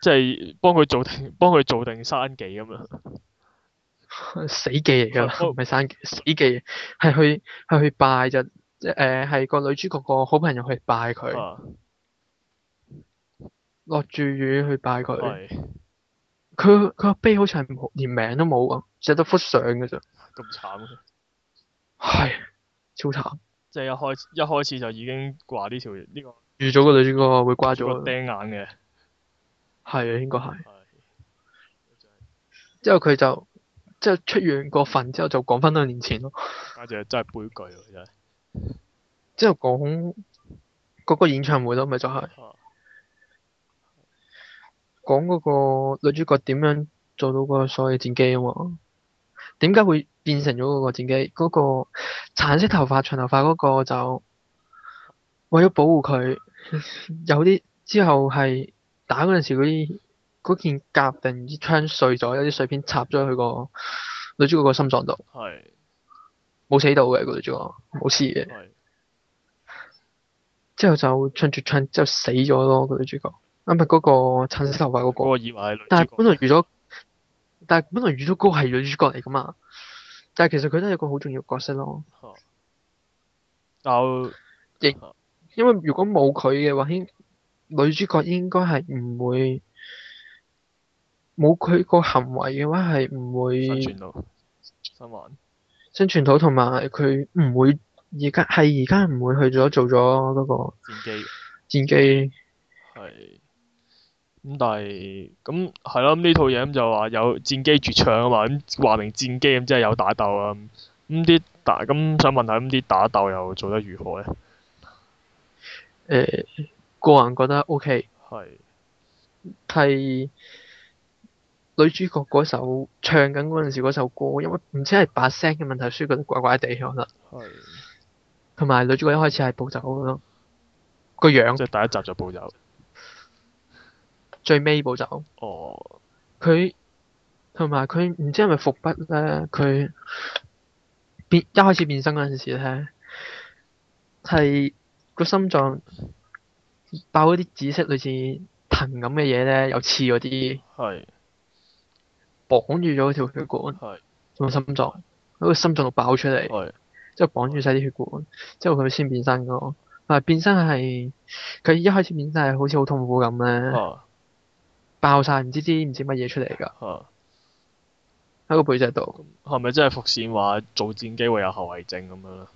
Speaker 2: 即係幫佢做定，幫佢做定生忌咁樣，
Speaker 3: 死記嚟㗎啦，
Speaker 2: 哦
Speaker 3: 唔係生記死記，係去係去拜就即係誒係個女主角個好朋友去拜佢，
Speaker 2: 啊哦
Speaker 3: 落住雨去拜佢，
Speaker 2: 係
Speaker 3: 佢佢個碑好似係冇連名都冇啊，寫得幅相嘅咋。
Speaker 2: 咁慘嘅，
Speaker 3: 係，超慘。
Speaker 2: 即係一開一開始就已經話呢條呢個
Speaker 3: 預咗個女主角會瓜咗
Speaker 2: 呢個
Speaker 3: 啊，
Speaker 2: 釘眼嘅，
Speaker 3: 係啊，應該係。
Speaker 2: 係就係
Speaker 3: 之後佢就即係出完個墳之後就講翻兩年前咯，
Speaker 2: 家姐真係悲劇喎，真係。
Speaker 3: 之後講嗰個演唱會咯，咪就係
Speaker 2: 啊
Speaker 3: 講嗰個女主角點樣做到個所謂戰機啊嘛？點解會變成咗嗰個戰機？嗰、個橙色頭髮長頭髮嗰個就為咗保護佢， 有啲之後係打嗰陣時嗰啲嗰件甲定唔知槍碎咗，有啲碎片插咗去個女主角個心臟度，
Speaker 2: 係
Speaker 3: 冇死到嘅個女主角，冇事嘅。
Speaker 2: 係
Speaker 3: 之後就唱住唱之後死咗咯，個女主角。啊，唔係嗰個橙色頭髮嗰、個
Speaker 2: 嗰。個以為係女
Speaker 3: 但係
Speaker 2: 主角
Speaker 3: 本來預咗，但係本來預咗嗰個係女主角嚟噶嘛。但係其實佢都係一個好重要嘅角色咯，
Speaker 2: 啊但啊
Speaker 3: 因為如果冇佢嘅話，應女主角應該係唔會冇佢個行為嘅話係唔
Speaker 2: 生
Speaker 3: 會
Speaker 2: 存到生還
Speaker 3: 生存到，同埋佢唔會而家係而家唔會去咗做咗嗰個
Speaker 2: 戰機。
Speaker 3: 戰機，
Speaker 2: 係。咁但係咁係啦，咁呢套嘢咁就話有戰機絕唱啊嘛，咁話明戰機咁即係有打鬥啊。咁啲打咁想問下，咁啲打鬥又做得如何咧？
Speaker 3: 誒、呃個人覺得 O K。
Speaker 2: 係
Speaker 3: 係女主角嗰首唱緊嗰陣時嗰首歌，因為唔知係把聲嘅問題，所以覺得怪怪地，我覺得。
Speaker 2: 係，
Speaker 3: 同埋女主角一開始係暴走咯，個樣
Speaker 2: 即係第一集就暴走。
Speaker 3: 最尾暴走，
Speaker 2: 哦，
Speaker 3: 佢同埋佢唔知係咪伏筆咧，佢變一開始變身嗰陣時咧，係個心臟爆嗰啲紫色類似藤咁嘅嘢咧，有刺嗰啲
Speaker 2: 係
Speaker 3: 綁住咗條血管。
Speaker 2: 係哦
Speaker 3: 個心臟，喺個心臟度爆出嚟，
Speaker 2: 係
Speaker 3: 之後綁住晒啲血管，之後佢先變身噶咯。但係變身係佢一開始變身係好似好痛苦咁咧，
Speaker 2: 啊
Speaker 3: 爆晒唔知啲唔知乜嘢出嚟噶，
Speaker 2: 啊，
Speaker 3: 喺個背脊度，
Speaker 2: 係咪真係伏線話做戰機會有後遺症咁樣哦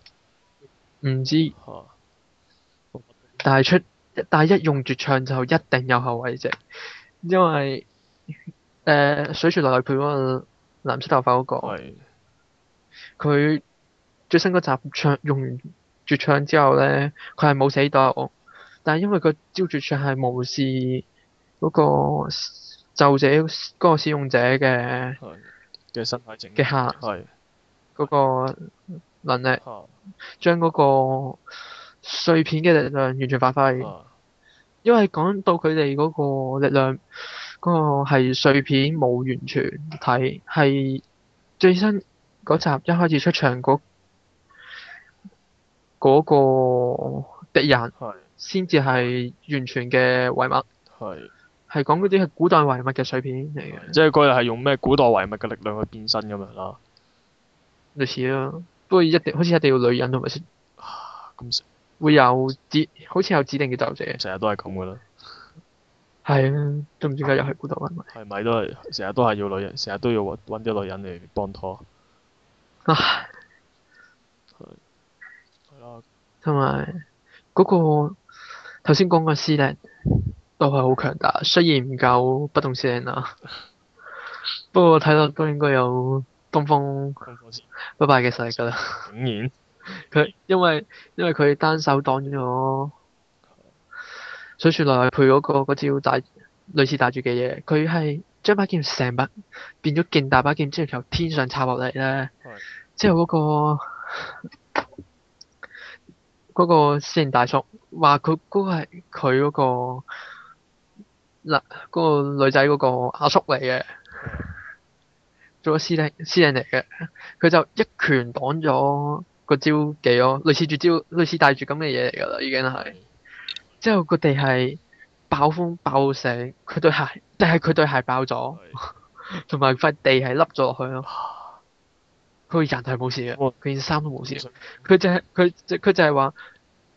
Speaker 2: 咧？
Speaker 3: 唔知
Speaker 2: 嚇
Speaker 3: 但係出但係一用絕唱就一定有後遺症，因為誒、呃水柱內配嗰個藍色頭髮嗰、
Speaker 2: 係
Speaker 3: 個，佢最新嗰集唱用完絕唱之後咧，佢係冇死到，但係因為個招絕唱係無視嗰個就者嗰、個使用者嘅
Speaker 2: 係嘅身體症
Speaker 3: 嘅下
Speaker 2: 係
Speaker 3: 嗰個能力，
Speaker 2: 嚇
Speaker 3: 將嗰個碎片嘅力量完全發揮。
Speaker 2: 啊
Speaker 3: 因為講到佢哋嗰個力量，嗰、個係碎片冇完全睇，係最新嗰集一開始出場嗰嗰、個敵人
Speaker 2: 係
Speaker 3: 先至係完全嘅遺物，
Speaker 2: 係。
Speaker 3: 係講嗰啲係古代遺物嘅碎片嚟嘅，
Speaker 2: 即係佢哋係用咩古代遺物嘅力量去變身咁樣啦。
Speaker 3: 類似咯。不過一定好似一定要女人同埋先
Speaker 2: 咁成
Speaker 3: 會有指，好似有指定嘅鬥者，
Speaker 2: 成日都係咁噶啦，
Speaker 3: 係啊，都唔知點解又係古代遺物。
Speaker 2: 係咪都係成日都係要女人，成日都要揾揾啲女人嚟幫拖。
Speaker 3: 唉
Speaker 2: 係啊啦，
Speaker 3: 同埋嗰個頭先講個司令都係好強大，雖然唔夠不動司令啦，不過睇落都應該有東方
Speaker 2: 咁火箭
Speaker 3: 不敗嘅實力㗎啦。
Speaker 2: 竟然
Speaker 3: 佢因為因為佢單手擋咗水柱內配嗰、個嗰招大類似大住嘅嘢，佢係將把劍成把變咗勁大把劍之後，由天上插落嚟咧
Speaker 2: 係，
Speaker 3: 之後嗰、個嗰、個司令大叔話佢嗰個係佢嗰個嗱嗰、個女仔嗰個阿叔嚟嘅，做咗司令司令嚟嘅，佢就一拳擋咗。個招技咯，類似絕招，類似帶住咁嘅嘢嚟㗎啦，已經係。
Speaker 2: 嗯
Speaker 3: 之後個地係爆風爆到醒，佢對鞋，但係佢對鞋爆咗，
Speaker 2: 係
Speaker 3: 同埋塊地係凹咗落去咯。佢個人係冇事嘅，
Speaker 2: 哇
Speaker 3: 佢件衫都冇事
Speaker 2: 咁我。想
Speaker 3: 佢就係佢就佢就係話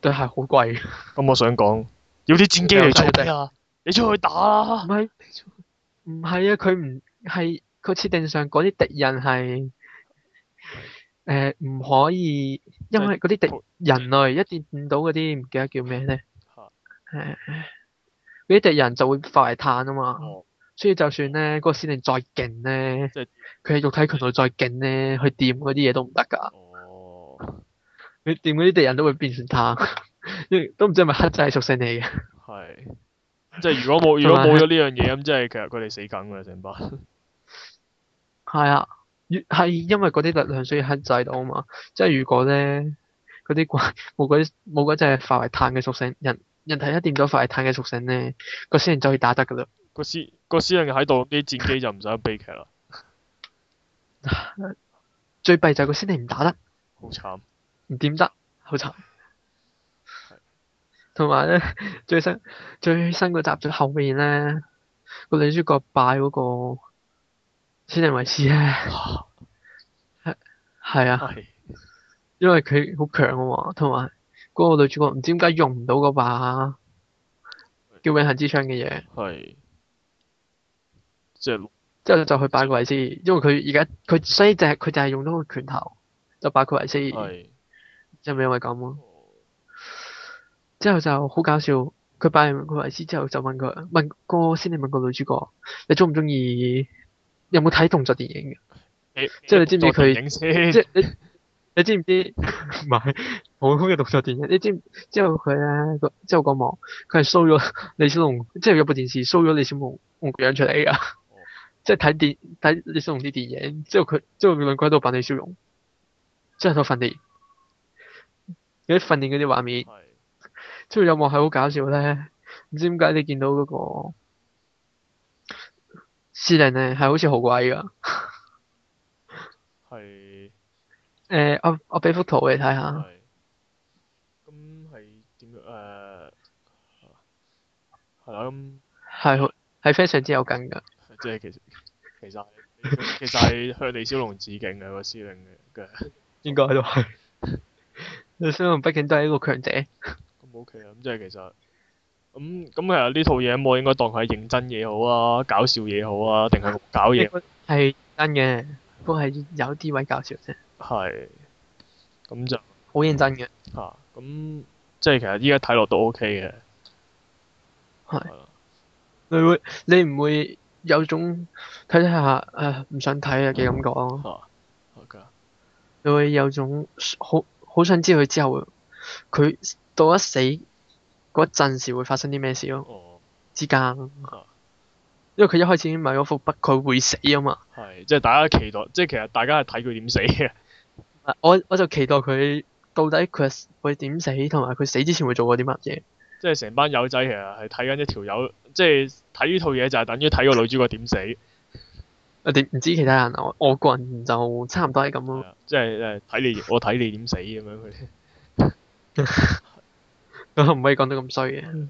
Speaker 3: 對鞋好貴，唔
Speaker 2: 咁我想講，要啲戰機嚟做咩啊？你出去打啦！
Speaker 3: 係唔係啊，佢唔係佢設定上嗰啲敵人係誒唔可以，因為嗰啲敵人類一掂到嗰啲唔記得叫咩咧
Speaker 2: 嚇，
Speaker 3: 誒嗰啲敵人就會化為碳啊嘛，
Speaker 2: 哦，
Speaker 3: 所以就算咧嗰個司令再勁咧
Speaker 2: 即係，
Speaker 3: 佢喺肉體強度再勁咧，去掂嗰啲嘢都唔得㗎，
Speaker 2: 哦，
Speaker 3: 佢掂嗰啲敵人都會變 成碳，因為都唔知係咪黑仔屬性嚟嘅，
Speaker 2: 係。即係如果冇如果冇咗呢樣嘢咁，即係其實佢哋死梗㗎啦，成班。
Speaker 3: 係啊，越係因為嗰啲力量所以克制到啊嘛，即係如果咧嗰啲怪冇嗰啲冇嗰隻化為碳嘅屬性，人人體一掂咗化為碳嘅屬性咧，個司令就可以打得㗎啦，
Speaker 2: 個司個司令喺度，啲戰機就唔使悲劇啦，
Speaker 3: 最弊就係個司令唔打得。
Speaker 2: 好慘。
Speaker 3: 唔掂得，好慘。同埋咧，最新最新嗰集最後面咧，個女主角拜嗰個斯尼維斯咧，係啊，
Speaker 2: 係
Speaker 3: 因為佢好強啊嘛，同埋嗰個女主角唔知點解用唔到嗰把叫永恆之槍嘅嘢，
Speaker 2: 係。即係
Speaker 3: 之後就去拜佢為師，因為佢而家佢所以就係佢就係用到個拳頭就拜佢為師，
Speaker 2: 係。哦
Speaker 3: 就咪因為咁咯。之後就好搞笑，佢拜完佢為師之後就問佢問個先，你問個女主角，你中唔中意？有冇睇動作電影嘅？即係你知唔知佢
Speaker 2: 影 先？
Speaker 3: 即係你你知唔知？唔係普通嘅動作電影，你知唔之後佢咧個之後個幕，佢係 show 咗李小龍，即係有部電視 show 咗李小龍個樣出嚟噶，即係睇電睇李小龍啲電影，之後佢之後兩個喺度扮李小龍，之後喺度訓練，有啲訓練嗰啲畫面。
Speaker 2: 係
Speaker 3: 即係有幕係好搞笑咧，唔知點解你見到嗰個司令咧係好似好鬼噶。
Speaker 2: 係
Speaker 3: 誒、我我俾幅圖你睇
Speaker 2: 係
Speaker 3: 下，。
Speaker 2: 咁係點樣誒？係啦，咁
Speaker 3: 係好係非常之有勁噶。
Speaker 2: 即係其實其實係其實係向李小龍致敬嘅個司令嘅嘅。
Speaker 3: 應該都係。李小龍畢竟都係一個強者，
Speaker 2: 咁 OK 啦，咁即係其實咁咁其實呢套嘢我應該當佢係認真嘢好啊，搞笑嘢好啊，定係搞嘢
Speaker 3: 係真嘅，不過係有啲位搞笑啫，
Speaker 2: 係咁就啊
Speaker 3: 好認真嘅。
Speaker 2: 嚇咁、即係其實依家睇落都 OK 嘅。
Speaker 3: 係
Speaker 2: 係啦
Speaker 3: 你會你唔會有種睇睇下誒唔想睇啊嘅感覺咯？
Speaker 2: 嚇好㗎
Speaker 3: 你會有種好好想知佢之後佢到一死嗰陣時會發生啲咩事咯。
Speaker 2: 哦
Speaker 3: 之間，
Speaker 2: 嚇
Speaker 3: 因為佢一開始已經買咗副筆，佢會死啊嘛。
Speaker 2: 係即係大家期待，即係其實大家係睇佢點死嘅。
Speaker 3: 我我就期待佢到底佢會點死，同埋佢死之前會做過啲乜嘢。
Speaker 2: 即係成班友仔其實係睇緊一條友，即係睇呢套嘢就係等於睇個女主角點死，
Speaker 3: 我哋唔知其他人啊，我我個人就差唔多係咁
Speaker 2: 係
Speaker 3: 咯。
Speaker 2: 啊即係誒睇你我睇你點死咁樣佢哋
Speaker 3: 我唔可以講到咁衰
Speaker 2: 嗯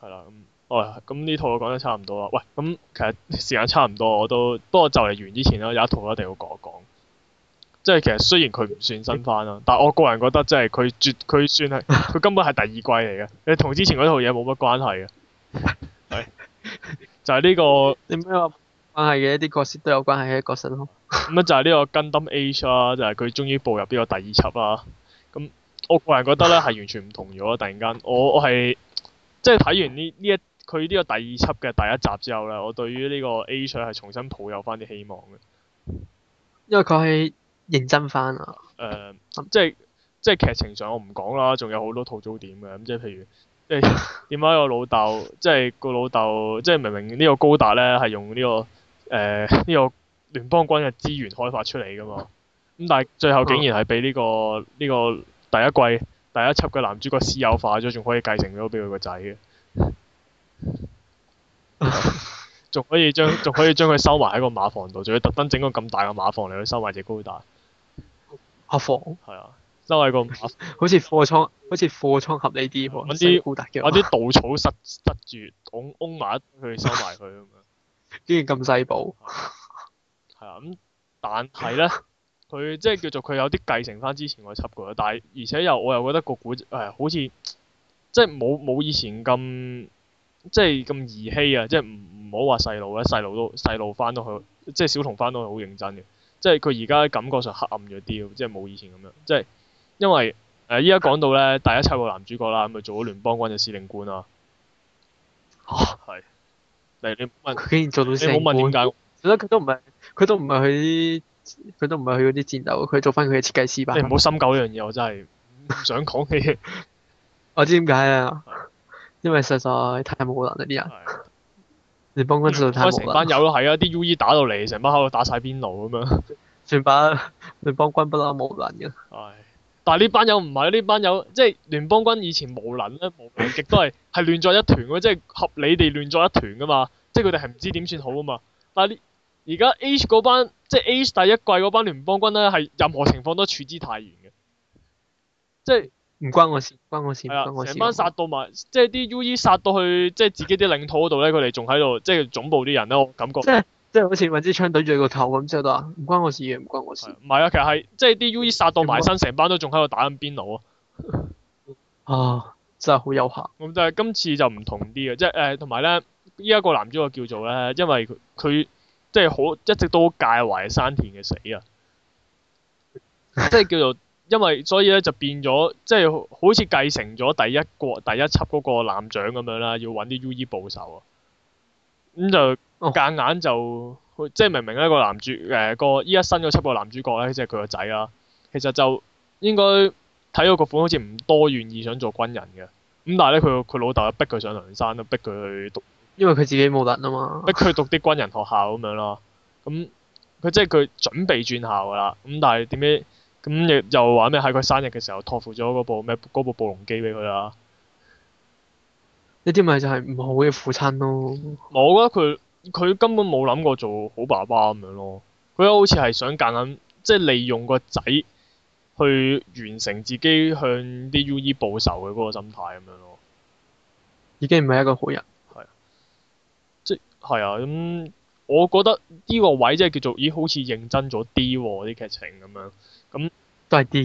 Speaker 3: 嘅。
Speaker 2: 係啦咁。哦，咁呢套我講得差唔多啦。喂，咁其實時間差唔多，我都不過就嚟完之前啦，有一套我一定要講一講。即係其實雖然佢唔算新番啦，但我個人覺得即係佢絕佢算係佢根本係第二季嚟嘅，你同之前嗰套嘢冇乜關係嘅。係就係呢個
Speaker 3: 你咩話關係嘅一啲角色都有關係嘅角色咯。
Speaker 2: 咁啊就係呢個 Gundam Age 啦，就係佢終於步入呢個第二輯啦。咁我個人覺得咧係完全唔同咗，突然間我我係即係睇完呢呢一佢呢個第二輯嘅第一集之後咧，我對於呢個 Age 係重新抱有翻啲希望嘅。
Speaker 3: 因為佢係認真翻啊。
Speaker 2: 誒、呃即係即係劇情上我唔講啦，仲有好多吐槽點嘅，咁即係譬如即係點解個老豆，即係個老豆，即係明明呢個高達咧係用呢、個呃誒呢、個聯邦軍嘅資源開發出嚟噶嘛，咁但係最後竟然係俾呢個呢、個第一季第一輯嘅男主角私有化咗，仲可以繼承咗俾佢個仔嘅。仲可以將仲可以將佢收埋喺個馬房度，仲要特登整個咁大嘅馬房嚟去收埋只高達，
Speaker 3: 客房
Speaker 2: 係啊，收喺個馬
Speaker 3: 好似貨倉，好似貨倉合理啲
Speaker 2: 搵啲
Speaker 3: 喎。西高達嘅
Speaker 2: 我
Speaker 3: 話，
Speaker 2: 啲稻草塞塞住，拱拱埋一堆佢收埋佢咁樣，
Speaker 3: 竟然咁細部。
Speaker 2: 係啊咁，但係咧，佢即係叫做佢有啲繼承翻之前我輯過，但係而且又我又覺得個古誒、好似即係冇冇以前咁即係咁兒戲啊！即係唔唔好話細路啦，細路都細路翻到去，即係小童翻到去好認真嘅。即係佢而家感覺上黑暗咗啲，即係冇以前咁樣。即係因為誒依家講到咧，第一輯個男主角啦，咁咪做咗聯邦軍嘅司令官啦。嚇係、你你問
Speaker 3: 佢竟然做到
Speaker 2: 你
Speaker 3: 成
Speaker 2: 冇問點
Speaker 3: 半，
Speaker 2: 解？
Speaker 3: 我覺得佢都唔係，佢都唔係去啲，佢都唔係去嗰啲戰鬥，佢做翻佢嘅設計師吧
Speaker 2: 你。唔好深究呢樣嘢，我真係唔想講嘅。
Speaker 3: 我知點解啊，因為實在太冇能啦啲人，
Speaker 2: 係
Speaker 3: 聯邦軍實在太
Speaker 2: 嗯我成
Speaker 3: 冇能
Speaker 2: 班
Speaker 3: 啦，
Speaker 2: 友都係啊，啲 U E 打到嚟，成班喺度打晒邊爐咁樣。
Speaker 3: 全 班聯邦軍不嬲冇能嘅。
Speaker 2: 唉，但係呢班友唔係，啊呢班友即係聯邦軍以前無能咧，無能極都係係亂作一團嘅，即係合理地亂作一團噶嘛。即係佢哋係唔知點算好啊嘛。但係呢而家 H 嗰班即係 H 第一季嗰班聯邦軍咧，係任何情況都處之泰然嘅。即係
Speaker 3: 唔關我事，唔關我事，唔
Speaker 2: 係
Speaker 3: 關我
Speaker 2: 啦，
Speaker 3: 事。
Speaker 2: 成班殺到埋，即係啲 U.E 殺到去即係自己啲領土嗰度咧，佢哋仲喺度，即係總部啲人咧，我感覺
Speaker 3: 即係即係好似揾支槍對住佢個頭咁，之後都話唔關我事嘅，唔關我事
Speaker 2: 係。唔係啊，其實係即係啲 U.E 殺到埋身，成班都仲喺度打緊邊爐啊！
Speaker 3: 啊，真係好有效。
Speaker 2: 咁但係今次就唔同啲嘅，即係誒同埋咧，依家個男主角叫做咧，因為佢佢即係好一直都好介懷山田嘅死啊，即係叫做因為所以咧就變咗，即係好似繼承咗第一個第一輯嗰個艦長咁樣啦，要揾啲 U.E 報仇啊，咁就
Speaker 3: 哦
Speaker 2: 夾硬就即係明明呢個男主誒、個依家新嗰輯個男主角咧，即係佢個仔啦，其實就應該睇到個款好似唔多願意想做軍人嘅。咁但係咧，佢佢老豆又逼佢上梁山啦，逼佢去讀，
Speaker 3: 因為佢自己冇能啊嘛
Speaker 2: 逼。佢去讀啲軍人學校咁樣啦。咁佢即係佢準備轉校噶啦。咁但係點知咁亦又話咩喺佢生日嘅時候託付咗嗰部咩嗰部暴龍機俾佢啦。
Speaker 3: 呢啲咪就係唔好嘅父親咯。
Speaker 2: 我覺得佢佢根本冇諗過做好爸爸咁樣咯。佢好似係想夾硬即係利用個仔去完成自己向啲 U.E 報仇嘅嗰個心態咁樣咯。
Speaker 3: 已經唔係一個好人。
Speaker 2: 即係啊，咁、我覺得呢個位即係叫做，咦，好似認真咗啲喎啲劇情咁樣，
Speaker 3: 都係 D，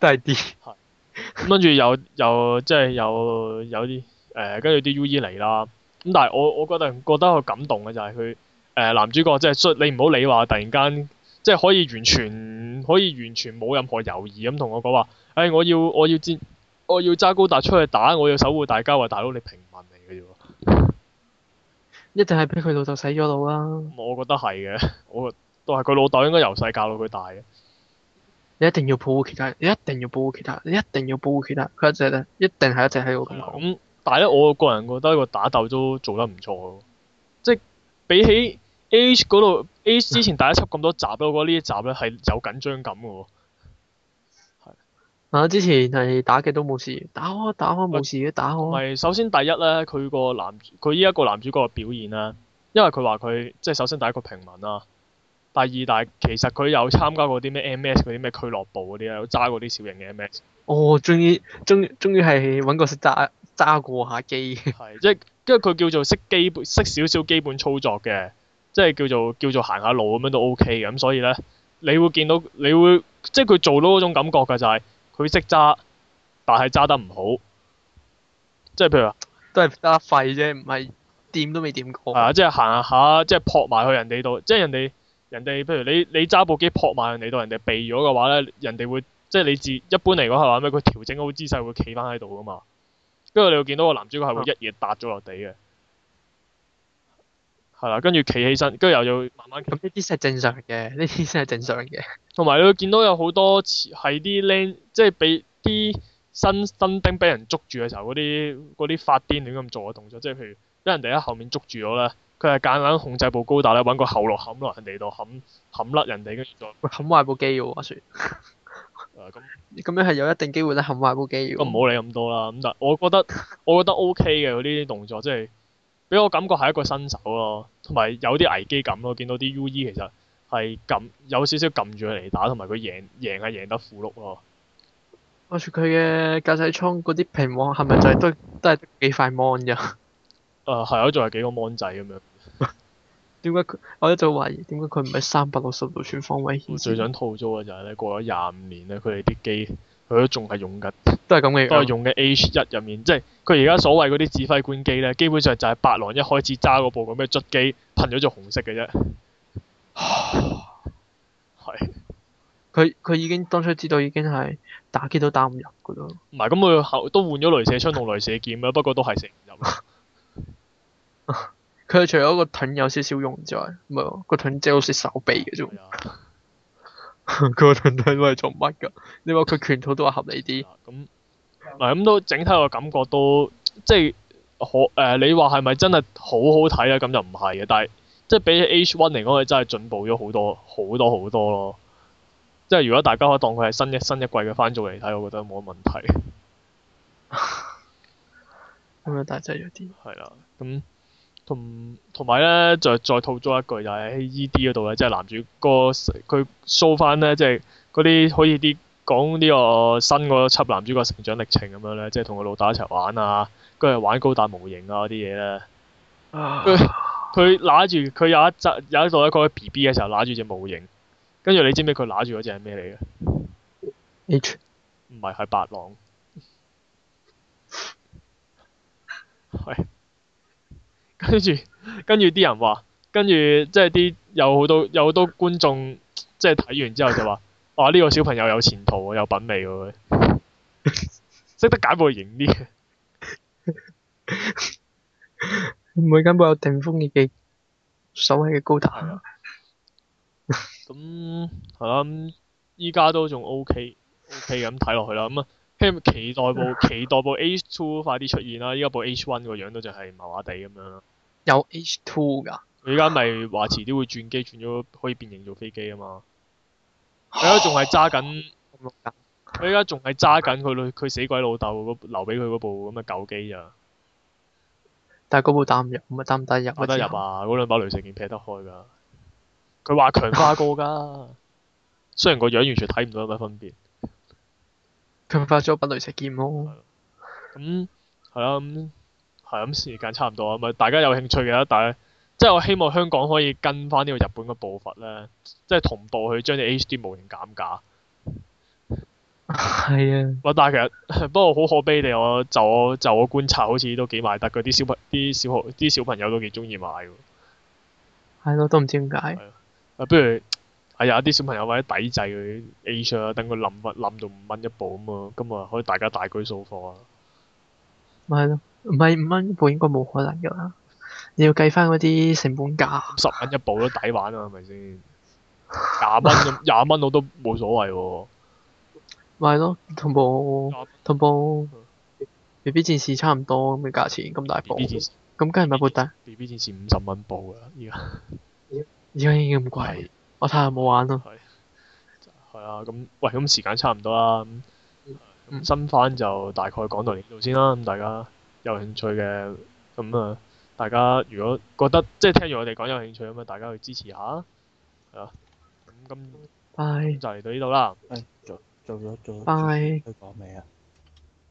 Speaker 3: 都係 D。
Speaker 2: 咁跟住又又即係又有啲誒，呃跟住啲 U E 嚟啦，咁但係我我覺得覺得佢感動嘅就係佢誒男主角即係雖你唔好理話突然間即係可以完全可以完全冇任何猶豫咁同我講話，誒、我要我要戰我要揸高達出去打，我要守護大家，喂大佬你平民嚟嘅啫喎。
Speaker 3: 一定係俾佢老豆洗咗腦啊啦！
Speaker 2: 我覺得係嘅，我都係佢老豆應該由細教到佢大嘅。
Speaker 3: 你一定要保護其他人，你一定要保護其他人，你一定要保護其他人。佢一直咧，一定係一直喺度咁講。
Speaker 2: 咁但係咧，我個人覺得個打鬥都做得唔錯喎，即係比起 H 嗰度 H 之前第一輯咁多集咧，我覺得呢一集咧係有緊張感嘅喎。
Speaker 3: 啊，之前係打嘅都冇事，打開打開冇事嘅，打開。
Speaker 2: 咪首先第一咧，佢個男佢依一個男主角嘅表現啦，因為佢話佢即係首先第一個平民啦，第二但係其實佢有參加過啲咩 MS 嗰啲咩俱樂部嗰啲咧，有揸過啲小型嘅 MS。
Speaker 3: 哦，終於終於終於係揾個識揸揸過下機 嘅。
Speaker 2: 係，即係跟住佢叫做識基本識少少基本操作嘅，即係叫做叫做行下路咁樣都 OK 嘅，咁所以咧，你會見到你會即係佢做到嗰種感覺嘅就係佢識揸，但係揸得唔好，即係譬如話
Speaker 3: 都係得廢啫，唔係掂都未掂過。
Speaker 2: 係啊，即係行下即係撲埋去人哋度，即係人哋人哋譬如你你揸部機撲埋人哋度，人哋避咗嘅話咧，人哋會即係你自一般嚟講係話咩？佢調整好姿勢會企翻喺度噶嘛，跟住你會見到個男主角係會一嘢搭咗落地嘅，係啦，跟住企起身，跟住又要慢慢企
Speaker 3: 咁呢啲先係正常嘅，呢啲先係正常嘅。
Speaker 2: 同埋你會見到有好多次係啲僆，即係俾啲新新丁俾人捉住嘅時候，嗰啲嗰啲發癲亂咁做嘅動作，即係譬如俾人哋喺後面捉住咗咧，佢係夾硬控制部高達咧，揾個後落冚落人哋度，冚冚甩人哋，跟住再
Speaker 3: 喂冚壞部機嘅喎，話説
Speaker 2: 誒咁
Speaker 3: 咁樣係有一定機會咧，冚壞部機嘅
Speaker 2: 咁唔
Speaker 3: 喎。
Speaker 2: 好理咁多啦。咁但係我覺得我覺得 O K 嘅嗰啲動作，即係俾我感覺係一個新手咯，同埋有啲危機感咯。見到啲 U E 其實係撳有少少撳住佢嚟打，同埋佢贏贏係贏得符碌咯。
Speaker 3: 話説佢嘅駕駛艙嗰啲屏幕係咪就係都都係得幾塊 mon 咋？
Speaker 2: 誒係啊，仲係幾個 mon 仔咁樣。
Speaker 3: 點解佢？我一早懷疑點解佢唔係三百六十度全方位
Speaker 2: 我
Speaker 3: 顯
Speaker 2: 最
Speaker 3: 示？
Speaker 2: 想吐槽嘅就係咧，過咗廿五年咧，佢哋啲機佢都仲係用緊
Speaker 3: 都係咁啊嘅樣。
Speaker 2: 都係用嘅 H 一入面，即係佢而家所謂嗰啲指揮官機咧，基本上就係白狼一開始揸嗰部咁嘅卒機，噴咗隻紅色嘅啫。係，
Speaker 3: 佢佢已經當初知道已經係打機都打唔入噶咯。
Speaker 2: 唔係咁佢後都換咗雷射槍同雷射劍啦，不過都係射唔入。
Speaker 3: 佢除咗個盾有少少用之外，唔係喎個盾只係好似手臂嘅啫。
Speaker 2: 係啊，
Speaker 3: 佢 個盾都係攞嚟做乜㗎？你話佢拳套都話合理啲
Speaker 2: 係。啊咁嗱咁都整體個感覺都即係可誒、你話係咪真係好好睇啊？咁就唔係嘅，但係即係比起 H One 嚟講，佢真係進步咗好多好多好多咯。即係如果大家可以當佢係新一新一季嘅翻做嚟睇，我覺得冇乜問題。
Speaker 3: 咁樣啊但係真係有啲
Speaker 2: 係啦，咁同同埋咧，再再套咗一句就係喺 E.D. 嗰度咧，即係男主個佢 show 翻咧，即係嗰啲好似啲講呢個新嗰輯男主角成長歷程咁樣咧，即係同佢老豆一齊玩啊，跟住玩高達模型啊嗰啲嘢咧，
Speaker 3: 啊
Speaker 2: 佢佢揦住佢有一集有一度咧，佢 B.B. 嘅時候揦住隻模型，跟住你知唔知佢揦住嗰隻係咩嚟嘅？
Speaker 3: H
Speaker 2: 唔係係白狼， 係跟住跟住啲人話，跟住即係啲有好多有好多觀眾即係睇完之後就話： 哇！呢、個小朋友有前途喎，啊有品味喎，佢 識得揀部型啲嘅。
Speaker 3: 唔會根本有定風嘅技所謂嘅高達
Speaker 2: 係啊
Speaker 3: 啊。
Speaker 2: 咁係啦，咁依家都仲 OK OK 咁睇落去啦。咁啊，希望期待部期待部 H two 快啲出現啦。依家部 H one 個樣都就係麻麻地咁樣啦。
Speaker 3: 有 H two 㗎。
Speaker 2: 佢而家咪話遲啲會轉機，轉咗可以變形做飛機啊嘛！佢而家仲係揸緊，
Speaker 3: 咁樣
Speaker 2: 佢而家仲係揸緊佢老佢死鬼老豆嗰留俾佢嗰部咁嘅舊機咋，
Speaker 3: 但係嗰部打唔入，咁啊打唔打入？
Speaker 2: 打得入！啊！嗰兩把雷射劍劈得開㗎。佢話強化過㗎，雖然個樣完全睇唔到有乜分別。
Speaker 3: 強化咗把雷射劍咯。
Speaker 2: 咁係啦，咁係咁時間差唔多啊，咪大家有興趣嘅，但係即係我希望香港可以跟翻呢個日本嘅步伐咧，即係同步去將啲 HD 模型減價。
Speaker 3: 係啊，
Speaker 2: 哇！但係其實不過好可悲地，我就我就我觀察，好似都幾賣得嗰啲小朋啲小學啲小朋友都幾中意買喎。
Speaker 3: 係咯，都唔知點解。
Speaker 2: 啊，不如係呀，啲小朋友或者抵制佢 A 商啊，等佢冧乜冧到五蚊一部咁啊，咁啊可以大家大舉掃貨啊。
Speaker 3: 咪係咯，唔係五蚊一部應該冇可能㗎啦。你要計翻嗰啲成本價。
Speaker 2: 十蚊一部都抵玩啊，係咪先？廿蚊咁廿蚊我都冇所謂喎。
Speaker 3: 咪係咯，同部
Speaker 2: 廿蚊
Speaker 3: 同部 B B 戰士差唔多咁嘅價錢，咁大部，
Speaker 2: B B 戰
Speaker 3: 咁
Speaker 2: 士
Speaker 3: 梗係買部大，
Speaker 2: B B 戰士五十蚊部啊，依家
Speaker 3: 而家已經咁貴，我睇下有冇玩咯。
Speaker 2: 係啊，咁喂，咁時間差唔多啦，咁
Speaker 3: 嗯
Speaker 2: 咁新番就大概講到呢度先啦。咁大家有興趣嘅，咁啊，大家如果覺得即係聽住我哋講有興趣咁啊，大家去支持下啊，係啊。咁咁
Speaker 3: 拜
Speaker 2: 就嚟到呢度啦。
Speaker 1: 哎誒，做做咗做咗
Speaker 3: 拜。
Speaker 1: 佢講未啊？